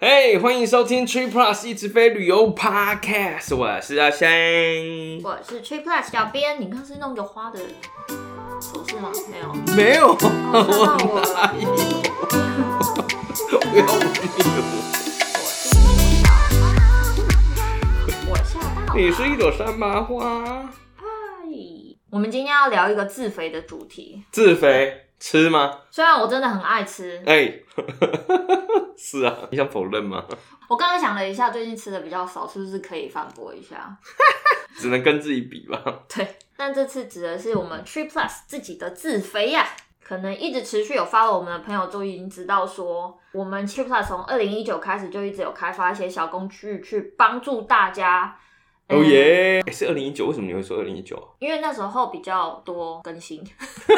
嘿，欢迎收听 Tree Plus 一直飞旅游 Podcast，我是阿香。我是 Tree Plus 小编，你刚是弄个花的首饰吗？没没有，有，我我哪有？不要我我是一朵小花，我吓到了。你是一朵山麻花。嗨我们今天要聊一个自肥的主题，自肥吃吗？虽然我真的很爱吃，哎、 是啊，你想否认吗？我刚刚想了一下，最近吃的比较少，是不是可以反驳一下？只能跟自己比吧。对，但这次指的是我们 Tree Plus 自己的自肥呀、可能一直持续有 follow 我们的朋友就已经知道说，我们 Tree Plus 从二零一九开始就一直有开发一些小工具去帮助大家。呃哦耶、哎是二零一九，为什么你会说二零一九？啊因为那时候比较多更新，二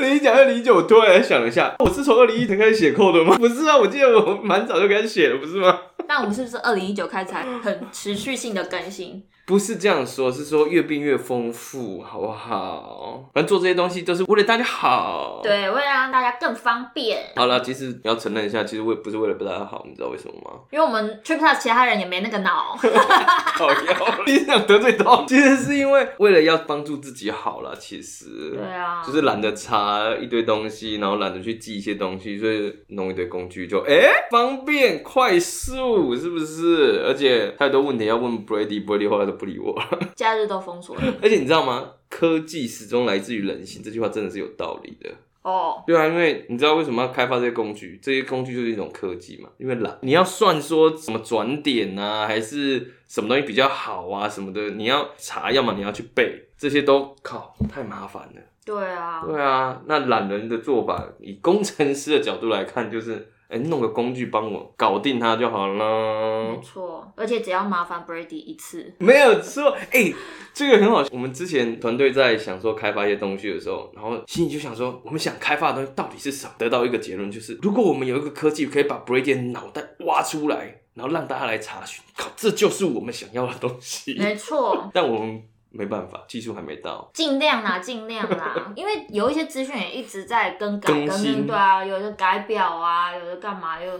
零一九，二零一九，我突然想了一下，我是从二零一才开始写 code 的吗？不是啊，我记得我蛮早就开始写了，不是吗？但我们是不是二零一九开始才很持续性的更新？不是这样说，是说越变越丰富，好不好？反正做这些东西都是为了大家好。。对，为了让大家更方便，好了，其实你要承认一下，其实我也不是为了大家好，你知道为什么 吗？因为我们 Trip Plus 其他人也没那个脑，好呀，你想得罪到，其实是因为为了要帮助自己好了，其实。对啊，就是懒得查一堆东西，然后懒得去记一些东西，所以弄一堆工具就哎、方便快速，是不是？而且太多问题要问 Brady，Brady 后来都不理我了。假日都封锁 了而且你知道吗？科技始终来自于人性，这句话真的是有道理的。哦，对啊，因为你知道为什么要开发这些工具？这些工具就是一种科技嘛。因为懒，你要算说什么转点啊，还是什么东西比较好啊什么的，你要查，要么你要去背，这些都靠太麻烦了。对啊，对啊，那懒人的做法，以工程师的角度来看，就是哎、弄个工具帮我搞定它就好了没。错，而且只要麻烦 Brady 一次，没有错，哎、这个很好。我们之前团队在想说开发一些东西的时候，然后心里就想说，我们想开发的东西到底是什么？得到一个结论就是，如果我们有一个科技可以把 Brady 的脑袋挖出来，然后让大家来查询，靠，这就是我们想要的东西。没错，但我们没办法，技术还没到。尽量啦，尽量啦，因为有一些资讯也一直在更改，更更新对啊，有的改表啊，有的干嘛又，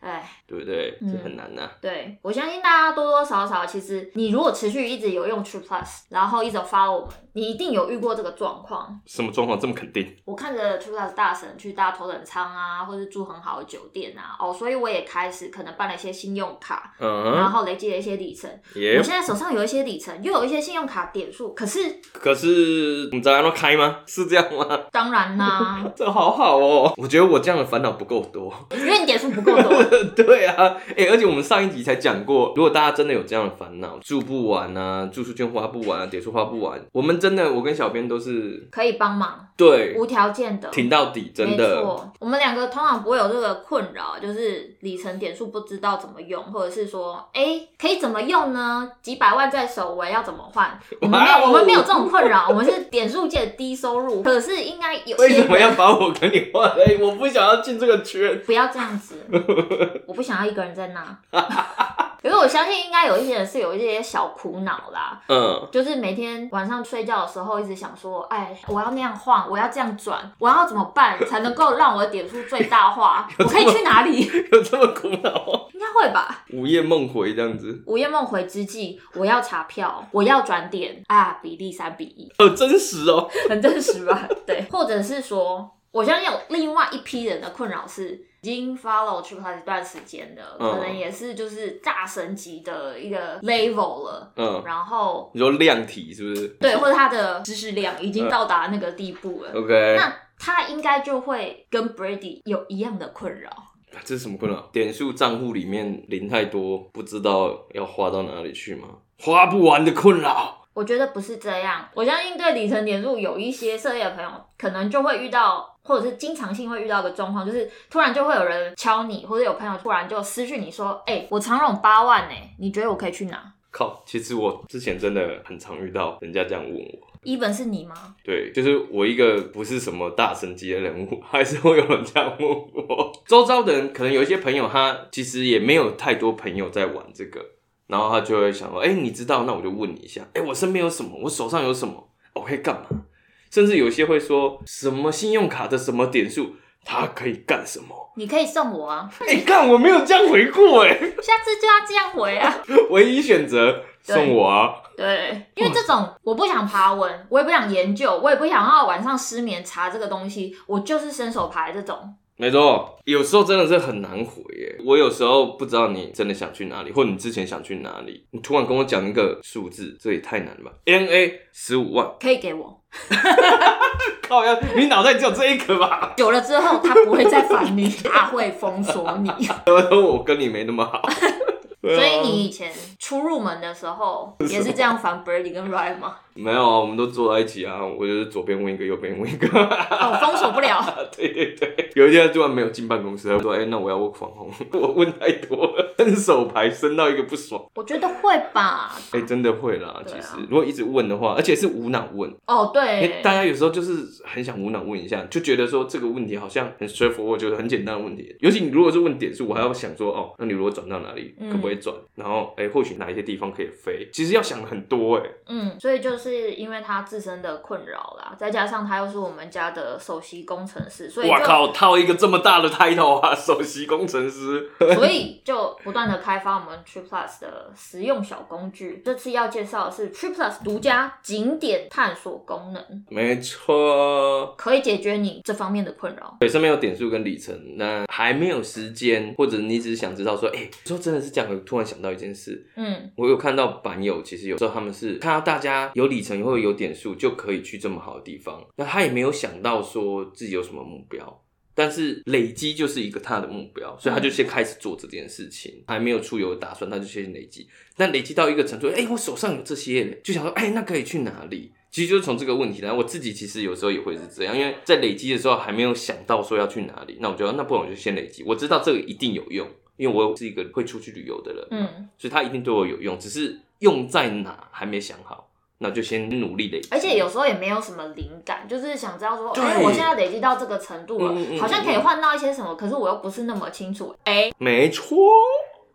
哎，对不对？这嗯很难啊呐、对，我相信大家多多少少，其实你如果持续一直有用 True Plus，然后一直 follow 我们，你一定有遇过这个状况。什么状况这么肯定？我看着 True Plus 大神去搭头等舱啊，或是住很好的酒店啊，哦，所以我也开始可能办了一些信用卡，然嗯，后累积了一些里程。也、我现在手上有一些里程，又有一些信用卡点数，可是可是你知道要开吗？是这样吗？当然啦、 这好好哦，我觉得我这样的烦恼不够多。因为你点数不够多， 对啊，哎、而且我们上一集才讲过，如果大家真的有这样的烦恼，住不完啊，住宿券花不完啊，点数花不完，我们真的，我跟小编都是可以帮忙，对无条件的。 挺到底，真没的。错，我们两个通常不会有这个困扰，就是里程点数不知道怎么用，或者是说，哎、可以怎么用呢？几百万在手，我要怎么换？我们没有， 哇哦我们没有这种困扰，我们是点数界的低收入，可是应该有为些什么人要把我跟你换？哎、我不想要进这个圈。不要这 样子，我不想要一个人在那。 可是我相信，应该有一些人是有一些小苦恼啦，嗯， 就是每天晚上睡觉的时候，一直想说，哎，我要那样晃，我要这样转，我要怎么办才能够让我的点数最大 化？我可以去哪里？有这么苦恼？应该会吧。午夜梦回这样子，午夜梦回之际，我要查票，我要转点啊，比例三比一， 好真实哦。很真实吧？对，或者是说，我相信有另外一批人的困扰是。已经 follow 去好一段时间了，嗯可能也是就是大神级的一个 level 了，嗯，然后你说量体是不是？对，或者他的知识量已经到达那个地步了，嗯，OK。那他应该就会跟 Brady 有一样的困扰。这是什么困扰？点数账户里面零太多，不知道要花到哪里去吗？花不完的困扰。我觉得不是这样，我相信对里程点数有一些涉猎的朋友，可能就会遇到，或者是经常性会遇到的状况，就是突然就会有人敲你，或者有朋友突然就私讯你说：“哎、我长荣八万呢、你觉得我可以去哪靠，其实我之前真的很常遇到人家这样问我。 ？”even 是你吗？对，就是我一个不是什么大神级的人物， 还是会有人这样问我。周遭的人可能有一些朋友，他其实也没有太多朋友在玩这个，然后他就会想说：“哎、你知道？那我就问你一下，哎、我身边有什么？哦我手上有什么？我可以干嘛？”甚至有些会说什么信用卡的什么点数，它可以干什么？你可以送我啊，哎、干我没有这样回过哎、 下次就要这样回啊。唯一选择对送我啊，对，因为这种我不想爬文，我也不想研究，我也不想要晚上失眠查这个东西，我就是伸手牌这种。没错，有时候真的是很难回耶、我有时候不知道你真的想去哪里，或你之前想去哪里，你突然跟我讲一个数字，这也太难了吧？N A 十五万，可以给我，靠呀，你脑袋只有这一个吧？久了之后他不会再烦你，他会封锁你。 我跟你没那么好， 所所以你以前初入门的时候也是这样烦 Birdy 跟 Ryan 吗？没有啊，我们都坐在一起啊，我就是左边问一个，右边问一个。 哦，封锁不了。对对对，有一天他突然没有进办公室，他说：“哎、那我要 work from home。”我 问太多了，伸手牌伸到一个不爽。 我觉得会吧。哎、真的会啦，其对啊实、如果一直问的话，而且是无脑问，哦，因对为，大家有时候就是很想无脑问一下，就觉得说这个问题好像很 straightforward，就是很简单的问题。尤其你如果是问点数，我还要想说哦，那你如果转到哪里，嗯可不可以转？然后哎、或许哪一些地方可以飞？其实要想很多哎、嗯，所以就是因为他自身的困扰啦，再加上他又是我们家的首席工程师，所以哇就靠，套一个这么大的 title 啊，首席工程师。 所以就不断的开发我们 Trip Plus 的实用小工具。这次要介绍的是 Trip Plus 独家景点探索功能，没错，可以解决你这方面的困扰。对，上面有点数跟里程，那呃还没有时间，或者你只是想知道说，哎、说真的是这样，我突然想到一件事，嗯，我有看到板友，其实有时候他们是看到大家有里程或者有点数就可以去这么好的地方，那他也没有想到说自己有什么目标。但是累积就是一个他的目标，所以他就先开始做这件事情，还没有出游的打算，他就先累积。但累积到一个程度，哎、我手上有这些了，就想说，哎、那可以去哪里？其实就是从这个问题来，我自己其实有时候也会是这样，因为在累积的时候还没有想到说要去哪里，那我觉得那不然我就先累积，我知道这个一定有用，因为我是一个会出去旅游的人，嗯，所以它一定对我有用，只是用在哪还没想好，那就先努力累积。而且有时候也没有什么灵感，就是想知道说，对哎、我现在累积到这个程度了，嗯嗯嗯好像可以换到一些什么，可是我又不是那么清楚。哎、没错，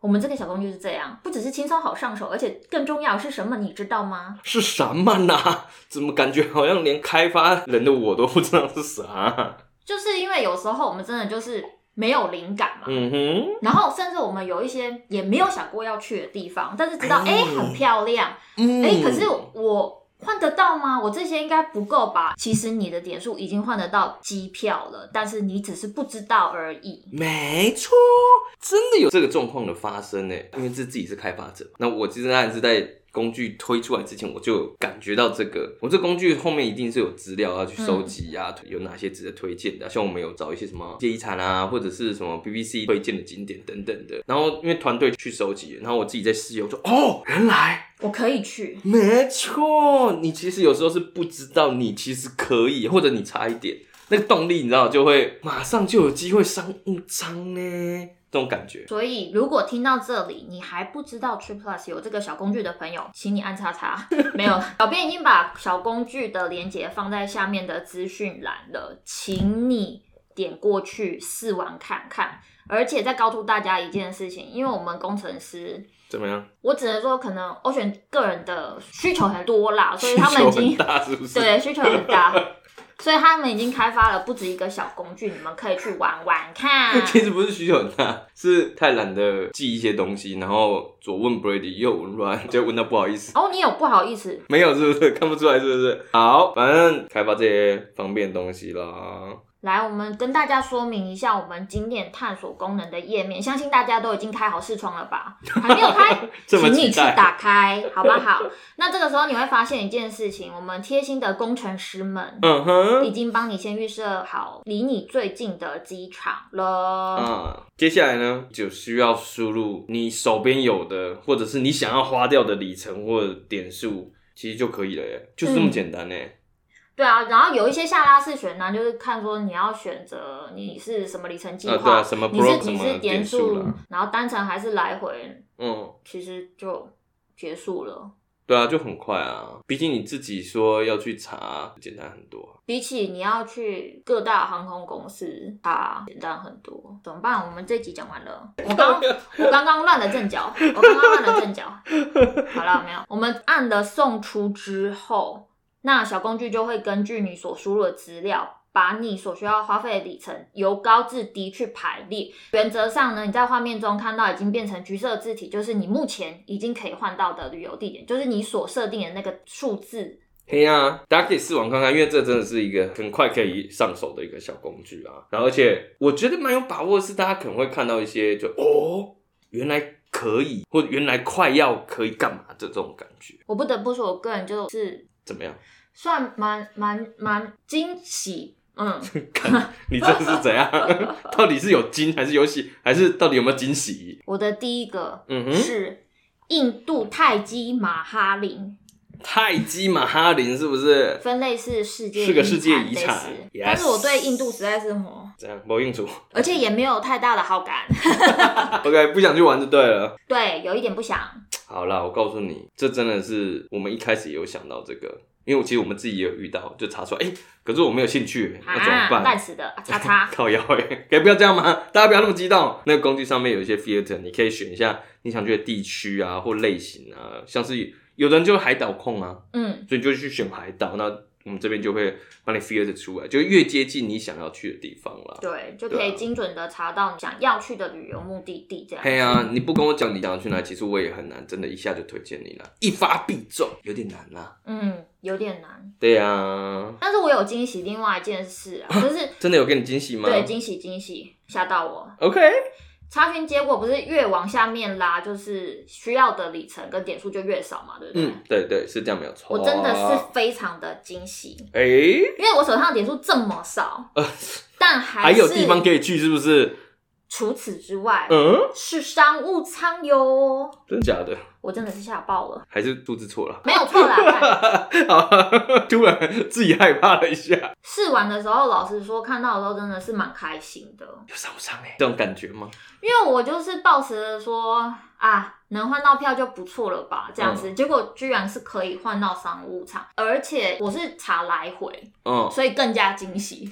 我们这个小工具是这样，不只是轻松好上手，而且更重要的是什么，你知道吗？是什么呢？ 怎么感觉好像连开发人的我都不知道是啥？就是因为有时候我们真的就是没有灵感嘛，嗯哼，然后甚至我们有一些也没有想过要去的地方，但是知道哎哎、很漂亮，嗯，哎、可是我换得到吗？我这些应该不够吧？其实你的点数已经换得到机票了，但是你只是不知道而已。没错，真的有这个状况的发生呢。因为这自己是开发者，那我其实当然是在工具推出来之前，我就有感觉到这个。我这工具后面一定是有资料要去收集啊，有哪些值得推荐的啊、像我们有找一些什么街遗产啊，或者是什么 BBC 推荐的景点等等的。然后因为团队去收集，然后我自己在试用，说哦，原来我可以去，没错，你其实有时候是不知道，你其实可以，或者你差一点，那个动力你知道就会马上就有机会上一张呢，这种感觉。所以如果听到这里你还不知道 Trip Plus 有这个小工具的朋友，请你按叉叉。没有，小编已经把小工具的链接放在下面的资讯栏了，请你点过去试玩看看。而且再告诉大家一件事情，因为我们工程师怎么样？我只能说，可能欧选个人的需求很多啦，所以需他们求已很经大，是不是？ 对啊需求很大，所以他们已经开发了不止一个小工具，你们可以去玩玩 。看其实不是需求很大，是太懒得记一些东西，然后左问 Brady 右问 Ryan，就问到不好意思。哦，你有不好意思，没有，是不是看不出来？是不是？好，反正开发这些方便东西啦。，来，我们跟大家说明一下我们景点探索功能的页面，相信大家都已经开好视窗了吧？还没有开这么请期你去待打开，好不好？ 那这个时候你会发现一件事情，我们贴心的工程师们。嗯已哼，经帮你先预设好离你最近的机场了。啊，接下来呢，就需要输入你手边有的，或者是你想要花掉的里程或者点数，其实就可以了耶，就是这么嗯简单耶。对啊，然后有一些下拉式选呢，就是看说你要选择你是什么里程计啊对划，啊什么你是 block，你什么是点点数啦然后单程还是来回，嗯其实就结束了。对啊，就很快啊，毕竟你自己说要去查，简单很多。比起你要去各大航空公司，它简单很多。怎么办？我们这集讲完了，我刚我刚刚乱了阵脚，我刚刚乱了阵脚。好了，没有，我们按了送出之后，那小工具就会根据你所输入的资料。把你所需要花费的里程由高至低去排列。原则上呢，你在画面中看到已经变成橘色字体，就是你目前已经可以换到的旅游地点，就是你所设定的那个数字。嘿呀、啊大家可以试玩看看，因为这真的是一个很快可以上手的一个小工具啊。然后，而且我觉得蛮有把握的是，大家可能会看到一些就哦，原来可以，或者原来快要可以干嘛的这种感觉，我不得不说，我个人就是怎么样？算蛮蛮蛮惊喜，嗯，看你这是怎样？ 到底是有惊还是有喜，还是到底有没有惊喜？我的第一个嗯哼，是印度泰姬玛哈林，泰姬玛哈林是不是？分类是世界是个世界遗遗产类似 yes 但是我对印度实在是哦，怎样？某印主而且也没有太大的好感， ，OK，不想去玩就对了。对，有一点不想，好啦，我告诉你，这真的是我们一开始也有想到这个，因为其实我们自己也有遇到，就查出来，哎、可是我没有兴趣，那怎么啊，办？烂死的，啊 叉叉，靠腰哎、可以不要这样吗？大家不要那么激动。那个工具上面有一些 filter，你可以选一下你想去的地区啊，或类型啊，像是有的人就是海岛控啊，嗯，所以你就去选海岛，那我们这边就会帮你 filter 出来，就越接近你想要去的地方啦。对，就可对以啊精准的查到你想要去的旅游目的地，这样，嘿啊，你不跟我讲你想要去哪，其实我也很难真的一下就推荐你了，一发必中，有点难啦。嗯，有点难，对啊，但是我有惊喜，另外一件事 啊，就是真的有给你惊喜吗？对惊喜惊喜吓到我， OK，查询结果不是越往下面拉，就是需要的里程跟点数就越少嘛，对不对？嗯，对对，是这样没有错。我真的是，非常的惊喜，哎、因为我手上的点数这么少，呃，但还还是有地方可以去，是不是？除此之外、嗯，是商务舱哟，真假的，我真的是吓爆了，还是数字错了？ 没有错啦。看好，突然自己害怕了一下，试完的时候，老实说，看到的时候真的是蛮开心的，有伤不伤哎，这种感觉吗？因为我就是抱持着说啊，能换到票就不错了吧，这样子，结果居然是可以换到商务舱，而且我是查来回，嗯，所以更加惊喜，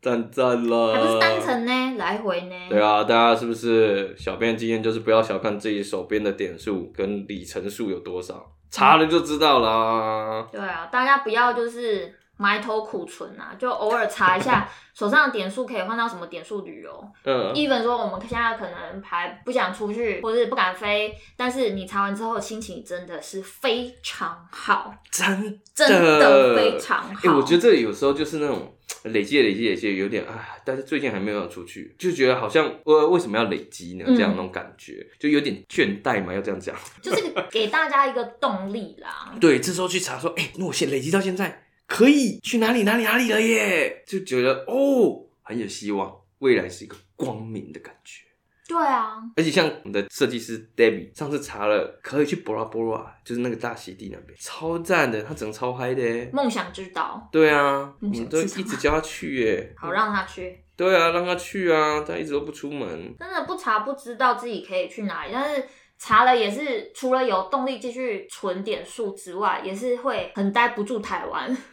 赞赞了。还不是单程呢，来回呢，呃对啊，大家是不是小编的经验就是不要小看自己手边的点数跟里程数有多少，查了就知道啦。对啊，大家不要就是埋头苦存啊，就偶尔查一下手上的点数可以换到什么点数旅游。嗯， even 说我们现在可能还不想出去，或是不敢飞，但是你查完之后心情真的是非常好，真真的非常哎、好。我觉得这有时候就是那种累积、累积、累积，有点哎，但是最近还没有出去，就觉得好像呃，为什么要累积呢？嗯这样那种感觉，就有点倦怠嘛，要这样讲。就是给大家一个动力 啦。对，这时候去查说，哎、那我现累积到现在可以去哪里哪里哪里了耶，就觉得哦，很有希望，未来是一个光明的感觉。对啊，而且像我们的设计师 Debbie 上次查了，可以去 Bora Bora，就是那个大溪地那边，超赞的，他整个超嗨的耶。梦想之岛，对啊，我梦想们都一之城直叫他去耶。好让他去。对啊，让他去啊，他一直都不出门。真的不查不知道自己可以去哪里，但是查了也是除了有动力继续存点数之外，也是会很待不住台湾。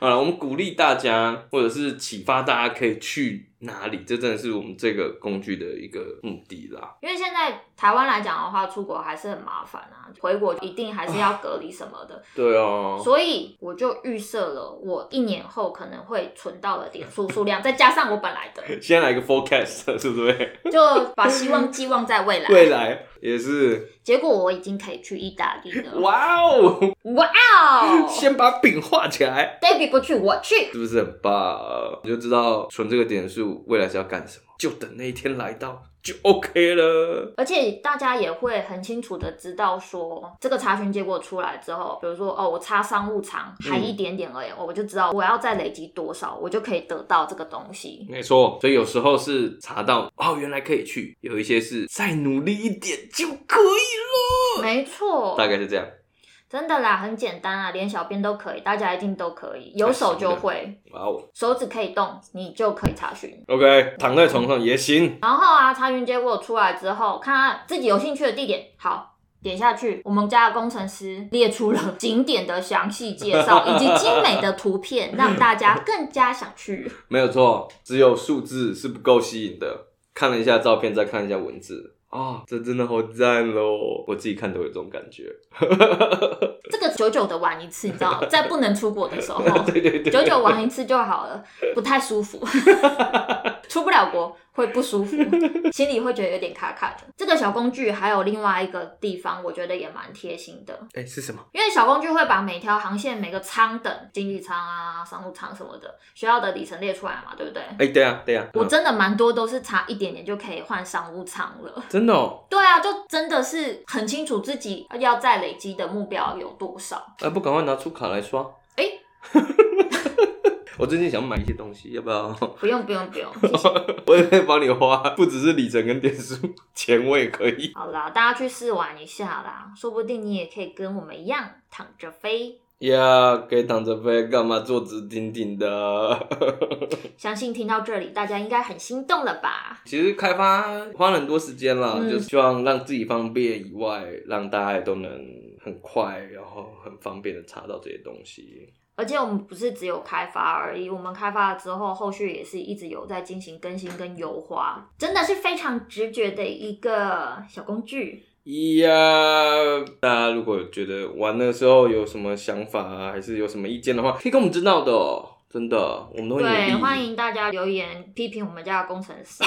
好了，我们鼓励大家，或者是启发大家可以去哪里，这真的是我们这个工具的一个目的啦。因为现在台湾来讲的话，出国还是很麻烦啊，回国一定还是要隔离什么的，对啊，所以我就预设了我一年后可能会存到的点数数量，再加上我本 来的，先来一个 forecast，是不是？就把希望寄望在未来。未来也是，结果我已经可以去意大利了，哇哦，哇哦先把饼画起来， ！David 不去，我去。是不是很棒？你就知道存这个点数未来是要干什么，就等那一天来到就 OK 了。而且大家也会很清楚的知道说，这个查询结果出来之后，比如说哦，我差商务舱还一点点而已，我就知道我要再累积多少，我就可以得到这个东西。没错，所以有时候是查到哦，原来可以去；有一些是再努力一点就可以了。 没错，大概是这样。真的啦，很简单啊，连小编都可以，大家一定都可以，有手就会，哇哦手指可以动，你就可以查询。 ，OK，躺在床上也行。然后啊，查询结果出来之后，看他自己有兴趣的地点，好。点下去，我们家的工程师列出了景点的详细介绍，以及精美的图片，让大家更加想去。没有错，只有数字是不够吸引的。看了一下照片，再看一下文字，哦，这真的好赞喽！我自己看都有这种感觉。这个久久的玩一次，你知道，在不能出国的时候， 对对对，久久玩一哦次就好了，不太舒服，出不了国会不舒服，心里会觉得有点卡卡的。这个小工具还有另外一个地方，我觉得也蛮贴心的，哎、是什么？因为小工具会把每条航线、每个舱等、经济舱啊、商务舱什么的需要的里程列出来嘛，对不对？哎、对啊，对啊，我嗯真的蛮多都是差一点点就可以换商务舱了。真的哦，对啊，就真的是很清楚自己要再累积的目标有多少。哎、不赶快拿出卡来刷。哎、 我最近想买一些东西，要不要？ 不用不用不用，谢谢。我也可以帮你花，不只是里程跟点数，钱我也可以。好啦，大家去试玩一下啦，说不定你也可以跟我们一样躺着飞。呀、可以躺着飞，干嘛坐直挺挺的？ 相信听到这里，大家应该很心动了吧？其实开发花了很多时间啦，嗯就是希望让自己方便以外，让大家也都能很快，然后很方便的查到这些东西。而且我们不是只有开发而已，我们开发了之后，后续也是一直有在进行更新跟优化，真的是非常直觉的一个小工具。呀、大家如果觉得玩的时候有什么想法啊，还是有什么意见的话，可以跟我们知道的哦。真的，我们都会努力。对，欢迎大家留言批评我们家的工程师。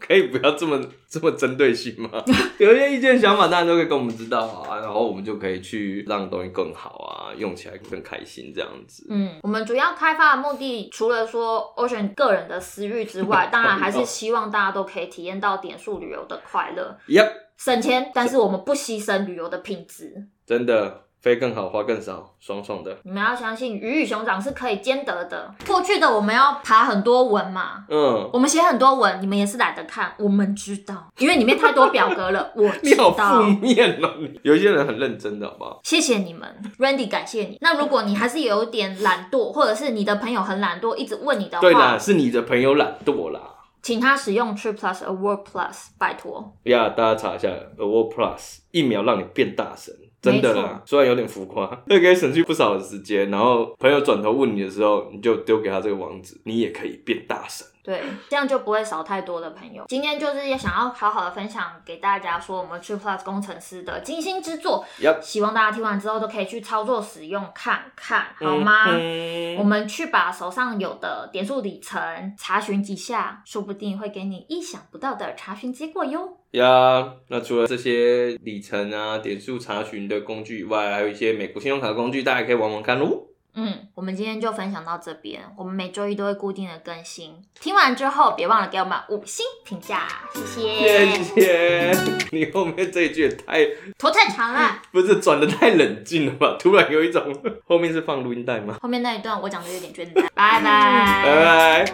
可以不要这么这么针对性 吗？有一些意见想法，大家都可以跟我们知道啊，然后我们就可以去让东西更好啊，用起来更开心这样子。嗯，我们主要开发的目的，除了说 Ocean 个人的私欲之外，当然还是希望大家都可以体验到点数旅游的快乐， Yep，省钱，但是我们不牺牲旅游的品质。真的飞更好，花更少，爽爽的。你们要相信鱼与熊掌是可以兼得的。过去的我们要爬很多文嘛，嗯，我们写很多文，你们也是懒得看，我们知道，因为里面太多表 格了，我你知好道负。面哦、你有一些人很认真的，好不好？谢谢你们，Randy，感谢你。那如果你还是有点懒惰，或者是你的朋友很懒惰，一直问你的对啦，话，是你的朋友懒惰啦。请他使用 Trip Plus Award Plus，拜托。呀、大家查一下 Award Plus，一秒让你变大神，真的没啦，虽然有点浮夸， 但可以省去不少的时间。然后朋友转头问你的时候，你就丢给他这个网址，你也可以变大神。对，这样就不会少太多的朋友。今天就是也想要好好的分享给大家，说我们 True Plus 工程师的精心之作， Yep 希望大家听完之后都可以去操作使用看看，好吗？嗯我们去把手上有的点数里程查询几下，说不定会给你意想不到的查询结果哟。呀，那除了这些里程啊、点数查询的工具以外，还有一些美国信用卡的工具，大家也可以玩玩看喽。嗯，我们今天就分享到这边，我们每周一都会固定的更新。听完之后，别忘了给我们五星评价，谢谢谢。谢。 你后面这一句也太头太长了，不是转的太冷静了吧？突然有一种 后面是放录音带吗？后面那一段我讲的有点倦怠，拜拜拜拜。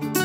thank